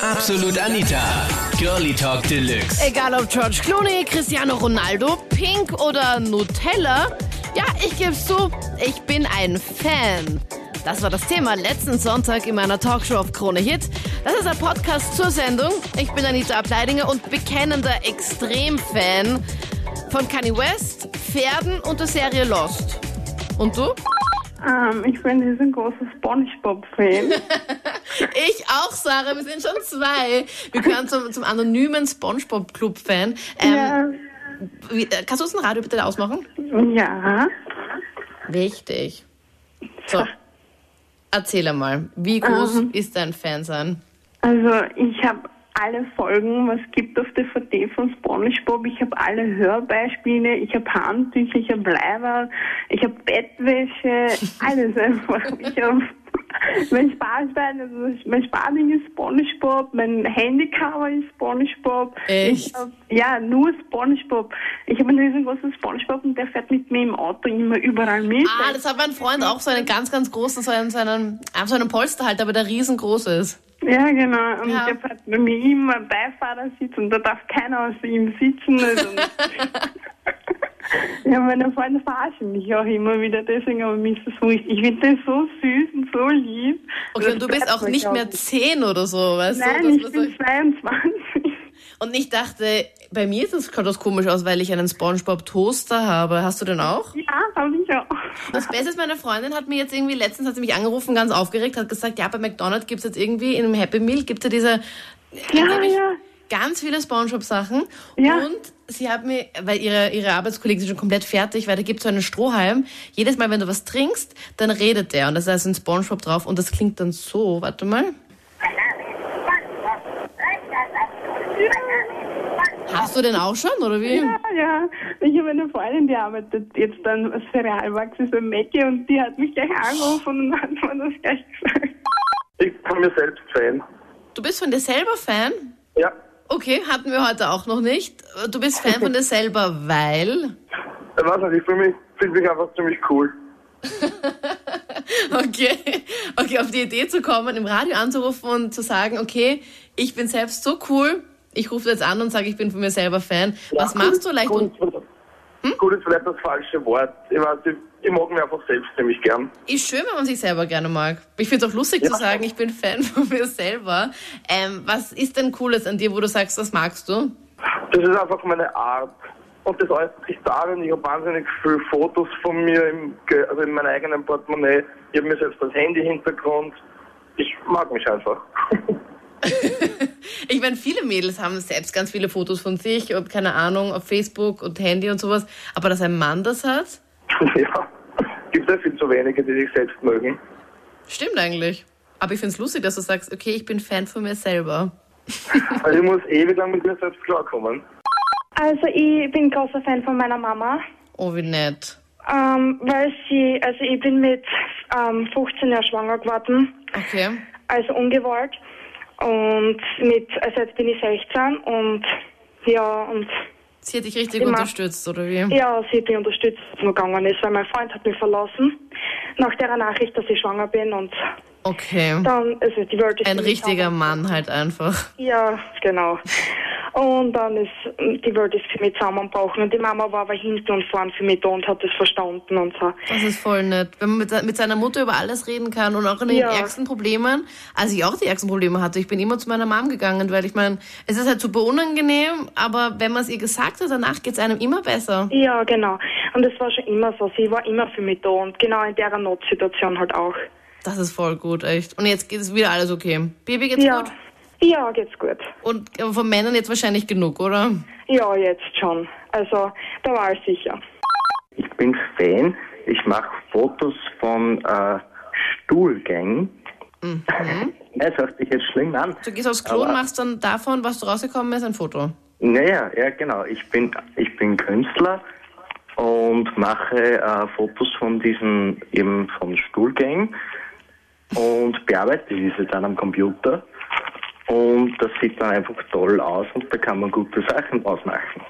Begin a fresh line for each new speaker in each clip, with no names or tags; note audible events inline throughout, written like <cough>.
Absolut Anita. Girlie Talk Deluxe.
Egal ob George Clooney, Cristiano Ronaldo, Pink oder Nutella. Ja, ich geb's zu, ich bin ein Fan. Das war das Thema letzten Sonntag in meiner Talkshow auf Krone Hit. Das ist ein Podcast zur Sendung. Ich bin Anita Ableidinger und bekennender Extremfan von Kanye West, Pferden und der Serie Lost. Und du?
Ähm, ich bin jetzt ein großer SpongeBob-Fan.
<laughs> Ich auch, Sarah. Wir sind schon zwei. Wir gehören zum, zum anonymen SpongeBob-Club-Fan. Ähm,
ja.
wie, äh, kannst du uns ein Radio bitte ausmachen?
Ja.
Wichtig.
<laughs>
So, erzähl einmal. Wie groß
Ähm.
ist dein Fansein?
Also ich habe alle Folgen, was gibt auf DVD von SpongeBob. Ich habe alle Hörbeispiele, ich habe Handtücher, ich habe Leiber, ich habe
<laughs>
Bettwäsche, alles einfach. Ich habe mein Sparschwein, also mein Sparding ist SpongeBob, mein Handycover ist SpongeBob.
Echt?
Ich hab, ja, nur SpongeBob. Ich habe einen riesengroßen SpongeBob und der fährt mit mir im Auto immer überall mit.
Ah, das hat mein Freund auch so einen ganz, ganz großen, so einen, so einen, ah, so einen Polsterhalter, aber der riesengroß ist.
Ja, genau. Und
Ja.
der fährt bei mir immer am Beifahrersitz und da darf keiner aus ihm sitzen.
<laughs>
Also <laughs> ja, meine Freunde verarschen mich auch immer wieder, deswegen aber mich ist das wurscht. Ich finde den so süß und so lieb. Also
Okay, und du bist auch nicht mehr
zu.
10 oder so, weißt du?
Nein, ich
dass man so-
bin 22.
Und ich dachte, bei mir ist das, schaut das komisch aus, weil ich einen SpongeBob-Toaster habe. Hast du den auch?
Ja, habe ich auch.
Das Beste ist, meine Freundin hat mir jetzt irgendwie, letztens hat sie mich angerufen, ganz aufgeregt, hat gesagt, ja, bei McDonald's gibt's jetzt irgendwie, in einem Happy Meal gibt's ja diese
Ja, ja.
ganz viele Spongebob-Sachen.
Ja.
Und sie hat mir, weil ihre, ihre Arbeitskollegen sind schon komplett fertig, weil da gibt's so einen Strohhalm. Jedes Mal, wenn du was trinkst, dann redet der und das ist also ein Spongebob drauf und das klingt dann so, warte mal. Hast du den auch schon, oder wie?
Ja, ja. Ich habe eine Freundin, die arbeitet jetzt dann als Cerealwachs bei Mecke und die hat mich gleich angerufen und hat mir das gleich gesagt.
Ich bin mir selbst Fan.
Du bist von dir selber Fan?
Ja.
Okay, hatten wir heute auch noch nicht. Du bist Fan von dir selber, weil? <laughs>
Ich weiß nicht, ich fühle mich, fühl mich einfach ziemlich cool.
Okay. Okay, auf die Idee zu kommen, im Radio anzurufen und zu sagen, okay, ich bin selbst so cool, ich rufe jetzt an und sage, ich bin von mir selber Fan. Was
Ja,
machst
cool-
du leicht? Hm?
Cool,
un-
ist vielleicht- cool ist vielleicht das falsche Wort. Ich weiß, ich, ich mag mich einfach selbst ziemlich gern.
Ist schön, wenn man sich selber gerne mag. Ich finde es auch lustig zu sagen, ich bin Fan <laughs> von mir selber. Ähm, was ist denn Cooles an dir, wo du sagst, das magst du? <laughs>
Das ist einfach meine Art. Und das äußert sich darin, ich habe wahnsinnig viele Fotos von mir, im, Ge- also in meinem eigenen Portemonnaie. Ich habe mir selbst das Handy im Hintergrund. Ich mag mich einfach. <laughs>
Ich meine, viele Mädels haben selbst ganz viele Fotos von sich, ob, keine Ahnung, auf Facebook und Handy und sowas. Aber dass ein Mann das hat,
ja. Gibt ja viel zu wenige, die sich selbst mögen.
stimmt eigentlich. Aber ich finde es lustig, dass du sagst, okay, ich bin Fan von mir selber. <laughs>
Also ich muss ewig lang mit mir selbst klarkommen.
Also ich bin großer Fan von meiner Mama,
Oh, wie nett.
ähm, weil sie, also ich bin mit ähm, 15 Jahren schwanger geworden,
Okay.
also ungewollt. Und mit, also jetzt bin ich 16 und ja, und
Sie hat dich richtig
Immer.
unterstützt, oder wie?
ja, sie hat mich unterstützt, was nur gegangen ist, weil mein Freund hat mich verlassen nach der Nachricht, dass ich schwanger bin und
Okay.
dann, also die Welt ist
Ein
für mich
richtiger
zusammen-
Mann halt einfach.
Ja, genau. Und dann ist, die Welt ist für mich zusammengebrochen und die Mama war aber hinten und vorn für mich da und hat das verstanden und so.
Das ist voll nett. Wenn man mit, se- mit seiner Mutter über alles reden kann und auch in den
Ja.
ärgsten Problemen, als ich auch die ärgsten Probleme hatte, ich bin immer zu meiner Mom gegangen, weil ich meine, es ist halt super unangenehm, aber wenn man es ihr gesagt hat, danach geht es einem immer besser.
Ja, genau. Und das war schon immer so. Sie war immer für mich da und genau in der Notsituation halt auch.
Das ist voll gut, echt. Und jetzt geht es wieder alles okay. Baby geht's
ja.
gut?
Ja, geht's gut.
Und äh, von Männern jetzt wahrscheinlich genug, oder?
Ja, jetzt schon. Also, da war ich sicher.
Ich bin Fan. Ich mache Fotos von äh, Stuhlgängen. <laughs> Es hört sich jetzt schlimm an.
Du gehst aufs Klo und
Aber-
machst dann davon, was du rausgekommen ist, ein Foto.
Naja, ja genau. Ich bin, ich bin Künstler und mache äh, Fotos von diesen eben von Stuhlgängen und bearbeite diese dann am Computer. Und das sieht dann einfach toll aus und da kann man gute Sachen draus machen.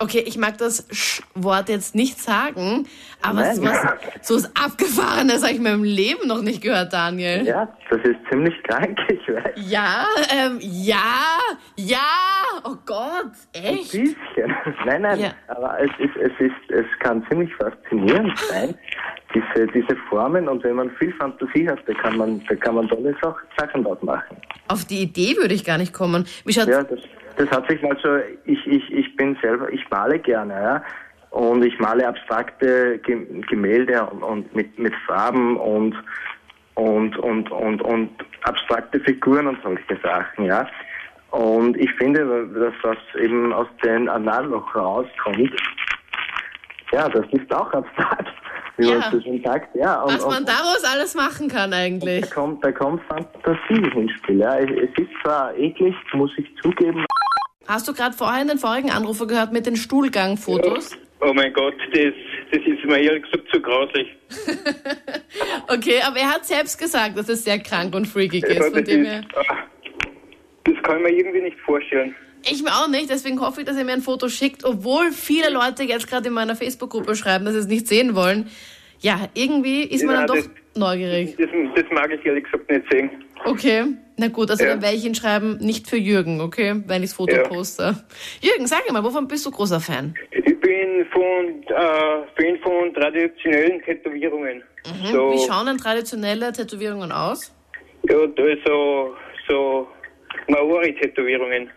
Okay, ich mag das Sch Wort jetzt nicht sagen, aber es ist was,
Nein.
so was Abgefahrenes habe ich in meinem Leben noch nicht gehört, Daniel.
Ja, das ist ziemlich krank, <laughs> ich weiß.
Ja, ähm, ja, ja, oh Gott, echt?
Ein bisschen. <laughs> Nein, nein,
Ja.
aber es ist, es ist, es kann ziemlich
<laughs>
faszinierend sein, diese, diese Formen und wenn man viel Fantasie hat, da kann man, da kann man tolle Sach- Sachen dort machen.
Auf die Idee würde ich gar nicht kommen. Wie schaut's?
Ja, das, das hat sich mal so, ich, ich, ich bin selber, ich male gerne, ja. Und ich male abstrakte Ge- Gemälde und, und mit, mit Farben und, und, und, und, und abstrakte Figuren und solche Sachen, ja. Und ich finde, dass was eben aus dem Analloch rauskommt, ja, das ist auch abstrakt, wie
Ja.
man so schön sagt, ja. Und,
was man
und-
daraus alles machen kann eigentlich.
da kommt, da kommt Fantasie ins Spiel, ja. Es es ist zwar eklig, muss ich zugeben,
Hast du gerade vorhin den vorigen Anrufer gehört mit den Stuhlgangfotos?
Oh mein Gott, das, das ist mir ehrlich gesagt zu grauslich.
Okay, aber er hat selbst gesagt, dass es sehr krank und freakig
Ja,
ist. Von
das,
dem
ist
her.
ah, das kann ich mir irgendwie nicht vorstellen.
Ich mir auch nicht, deswegen hoffe ich, dass ihr mir ein Foto schickt, obwohl viele Leute jetzt gerade in meiner Facebook-Gruppe schreiben, dass sie es nicht sehen wollen. Ja, irgendwie ist man
Ja,
dann doch
das- Das,
neugierig.
das mag ich ehrlich gesagt nicht sehen.
Okay, na gut, also
Ja.
dann werde ich ihn schreiben, nicht für Jürgen, okay, wenn ich das Foto
Ja.
poste. Jürgen, sag mal, wovon bist du großer Fan?
Ich bin von, äh, bin von traditionellen Tätowierungen. so,
Mhm, Hm? Wie schauen denn traditionelle Tätowierungen aus?
ja, da ist so, so Maori-Tätowierungen.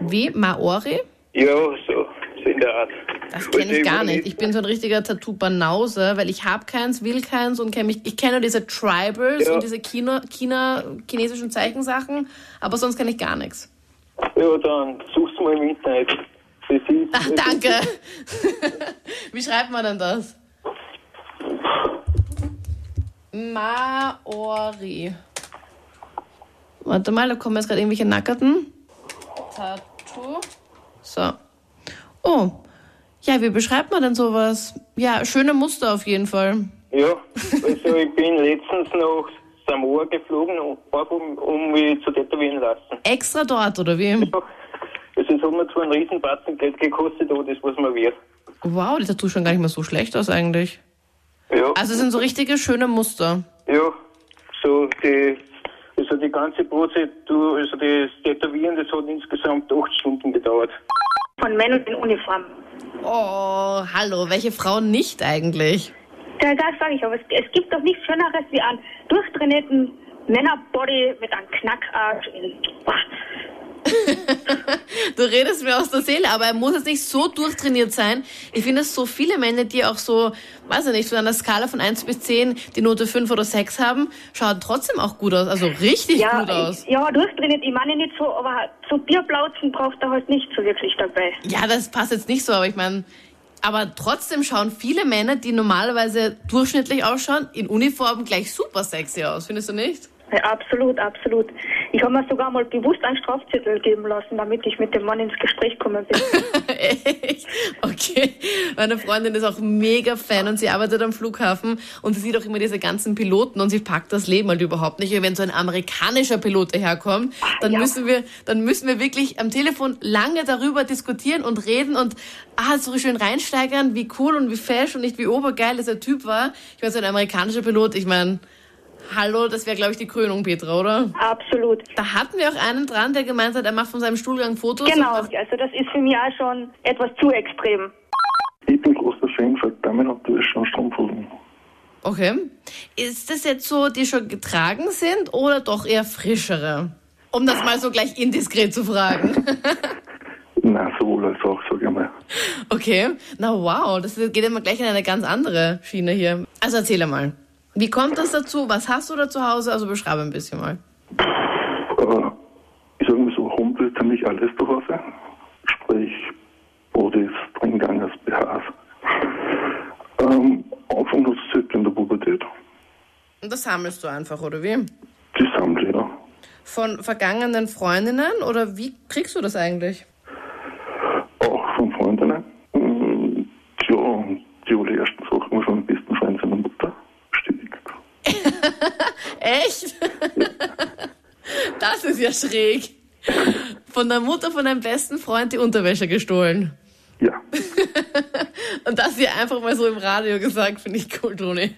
Wie? Maori?
Ja, so, so in der Art.
Das kenne ich
Also,
gar
würde
nicht. Ich bin so ein richtiger Tattoo-Banause, weil ich habe keins, will keins und kenne mich. Ich kenne nur diese Tribals
Ja.
und diese China, China, chinesischen Zeichensachen, aber sonst kenne ich gar nichts.
Ja, dann such's mal im Internet. Das ist,
Ach, Ah, <laughs> danke. Wie schreibt man denn das? Maori. Warte mal, da kommen jetzt gerade irgendwelche Nackerten. Tattoo. So. Oh. Ja, wie beschreibt man denn sowas? Ja, schöne Muster auf jeden Fall.
Ja, also ich bin letztens nach Samoa geflogen, um, um mich zu tätowieren lassen.
Extra dort, oder wie?
Also es hat mir zwar einen riesen Batzen Geld gekostet, aber das was mir wert.
Wow, die Tattoos schauen gar nicht mehr so schlecht aus eigentlich.
Ja,
Also es sind so richtige schöne Muster.
ja, so die, also die ganze Prozedur, also das Tätowieren, das hat insgesamt acht Stunden gedauert.
Von Männern in Uniform.
Oh, hallo, welche Frauen nicht eigentlich?
Da, das sage ich aber. Es, es gibt doch nichts Schöneres wie einen durchtrainierten Männerbody mit einem Knackarsch. In, boah.
Du redest mir aus der Seele, aber er muss jetzt nicht so durchtrainiert sein. Ich finde, dass so viele Männer, die auch so, weiß ich nicht, von einer Skala von 1 bis 10 die Note 5 oder 6 haben, schauen trotzdem auch gut aus. Also richtig gut
ja,
aus.
ich, ja, durchtrainiert. Ich meine nicht so, aber so Bierblauzen braucht er halt nicht so wirklich dabei.
Ja, das passt jetzt nicht so, aber ich meine, aber trotzdem schauen viele Männer, die normalerweise durchschnittlich ausschauen, in Uniform gleich super sexy aus. Findest du nicht?
Ja, absolut, absolut. Ich habe mir sogar mal bewusst einen Strafzettel geben lassen, damit ich mit dem Mann ins Gespräch kommen bin.
<laughs> Echt? <laughs> Okay. Meine Freundin ist auch mega Fan und sie arbeitet am Flughafen und sie sieht auch immer diese ganzen Piloten und sie packt das Leben halt überhaupt nicht. Und wenn so ein amerikanischer Pilot daherkommt, dann
Ah, ja.
müssen wir, dann müssen wir wirklich am Telefon lange darüber diskutieren und reden und ah, so schön reinsteigern, wie cool und wie fesch und nicht wie obergeil dieser Typ war. Ich meine, so ein amerikanischer Pilot, ich meine, hallo, das wäre glaube ich die Krönung, Petra, oder?
absolut.
Da hatten wir auch einen dran, der gemeint hat, er macht von seinem Stuhlgang Fotos. und
Genau,
macht
also das ist für mich auch schon etwas zu extrem.
Ich bin großer Fan von Damen und schon Strumpfhosen.
Okay. Ist das jetzt so, die schon getragen sind oder doch eher frischere? Um das mal so gleich indiskret zu fragen. <laughs>
Nein, sowohl als auch, sag ich mal.
Okay. Na wow, das geht immer gleich in eine ganz andere Schiene hier. Also erzähl mal. Wie kommt das dazu? Was hast du da zu Hause? Also beschreibe ein bisschen mal.
Äh, ich sag mal so, Hund ist ziemlich alles zu Hause. Sprich, Bodys, Dringangers, BHs. Ähm, Anfang hat es in der Pubertät.
Und das sammelst du einfach, oder wie?
Die sammle ja.
Von vergangenen Freundinnen oder wie kriegst du das eigentlich?
Auch von Freundinnen. Mm, Und, ja, die allerersten Sachen waren von meinem besten Freund seiner Mutter. Stimmt.
Echt? <laughs> Das ist ja schräg. Von der Mutter von deinem besten Freund die Unterwäsche gestohlen.
Ja.
<laughs> Und das hier einfach mal so im Radio gesagt, finde ich cool, Toni.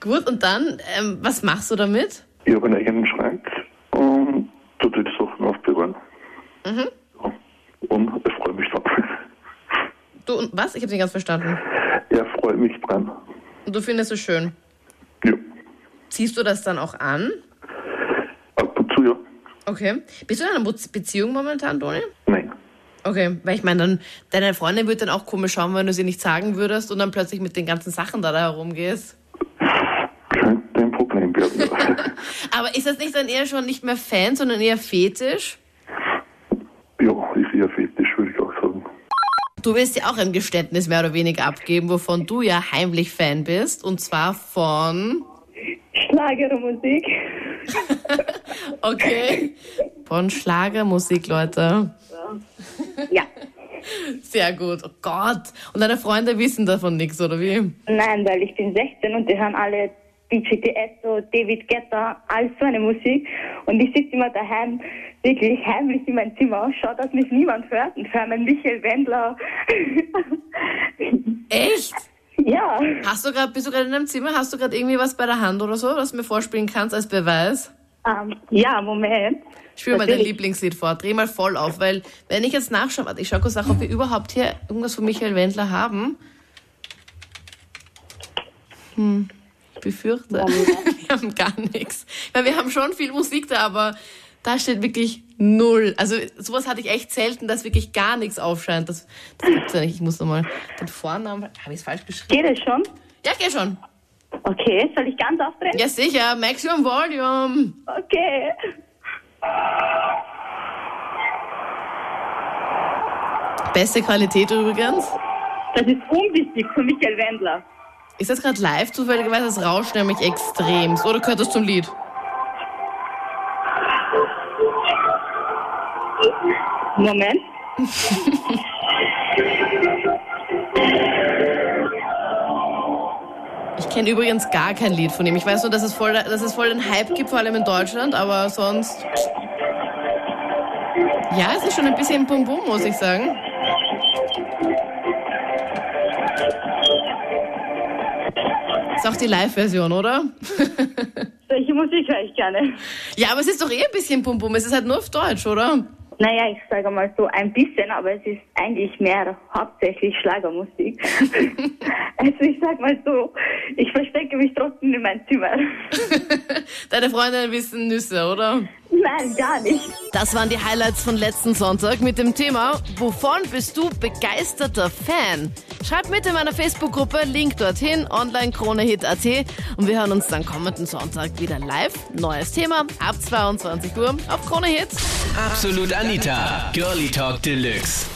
Gut, und dann, ähm, was machst du damit?
Ich habe einen eigenen Schrank und da tue ich Sachen aufbewahren. Ja. Und ich freue mich dran.
Du, und was? Ich habe nicht ganz verstanden.
<laughs> Er freut mich dran.
Und du findest es schön.
Ja.
Ziehst du das dann auch an?
Ab und zu ja.
Okay. Bist du in einer Be- Beziehung momentan, Toni?
Nein.
Okay, weil ich meine, dann deine Freundin wird dann auch komisch schauen, wenn du sie nicht sagen würdest und dann plötzlich mit den ganzen Sachen da, da herumgehst.
Könnte ein Problem werden. ja.
Aber ist das nicht dann eher schon nicht mehr Fan, sondern eher Fetisch?
ja, ist eher fetisch, würde ich auch sagen.
Du willst ja auch ein Geständnis mehr oder weniger abgeben, wovon du ja heimlich Fan bist. Und zwar von.
<laughs>
Schlagermusik.
Okay. Von Schlagermusik, Leute.
Ja.
Sehr gut. Oh Gott. Und deine Freunde wissen davon nichts, oder wie?
Nein, weil ich bin 16 und die hören alle BGTS, so David Guetta, all so eine Musik. Und ich sitze immer daheim, wirklich heimlich in meinem Zimmer, schau, dass mich niemand hört und höre meinen Michael Wendler. <laughs>
Echt?
ja,
Hast du gerade, bist du gerade in deinem Zimmer? Hast du gerade irgendwie was bei der Hand oder so, was du mir vorspielen kannst als Beweis?
ähm, ja, Moment.
Spiel mal dein
Natürlich.
Lieblingslied vor. Dreh mal voll auf, weil wenn ich jetzt nachschaue, warte, ich schau kurz nach, ob wir überhaupt hier irgendwas von Michael Wendler haben. Hm, Hm, ich befürchte. <laughs> wir haben gar nichts. Weil wir haben schon viel Musik da, aber da steht wirklich null. Also sowas hatte ich echt selten, dass wirklich gar nichts aufscheint. Das, das gibt's ja nicht. Ich muss nochmal den Vornamen. Habe ich es falsch geschrieben?
Geht es schon?
Ja, geh schon.
Okay, soll ich ganz aufdrehen?
Ja, sicher. Maximum Volume.
Okay.
Beste Qualität übrigens.
Das ist unwichtig für Michael Wendler.
Ist das gerade live zufälligerweise? Das rauscht nämlich extremst. Oder gehört das zum Lied?
Moment.
Ich kenne übrigens gar kein Lied von ihm. Ich weiß nur, dass es voll, dass es voll den Hype gibt, vor allem in Deutschland, aber sonst. Ja, es ist schon ein bisschen Bum Bum, muss ich sagen. Ist auch die Live-Version, oder? <laughs>
Solche Musik höre ich gerne.
ja, aber es ist doch eh ein bisschen Bum Bum. Es ist halt nur auf Deutsch, oder? <laughs>
Naja, ich sage mal so ein bisschen, aber es ist eigentlich mehr hauptsächlich Schlagermusik. <laughs> also ich sag mal so, ich verstecke mich trotzdem in mein Zimmer. <laughs>
Deine Freundinnen wissen Nüsse, oder?
Nein, gar nicht.
Das waren die Highlights von letzten Sonntag mit dem Thema Wovon bist du begeisterter Fan? Schreib mit in meiner Facebook-Gruppe, Link dorthin, online kronehit.at und wir hören uns dann kommenden Sonntag wieder live. Neues Thema ab 22 Uhr auf Kronehit.
Absolut Anita, Girlie Talk Deluxe.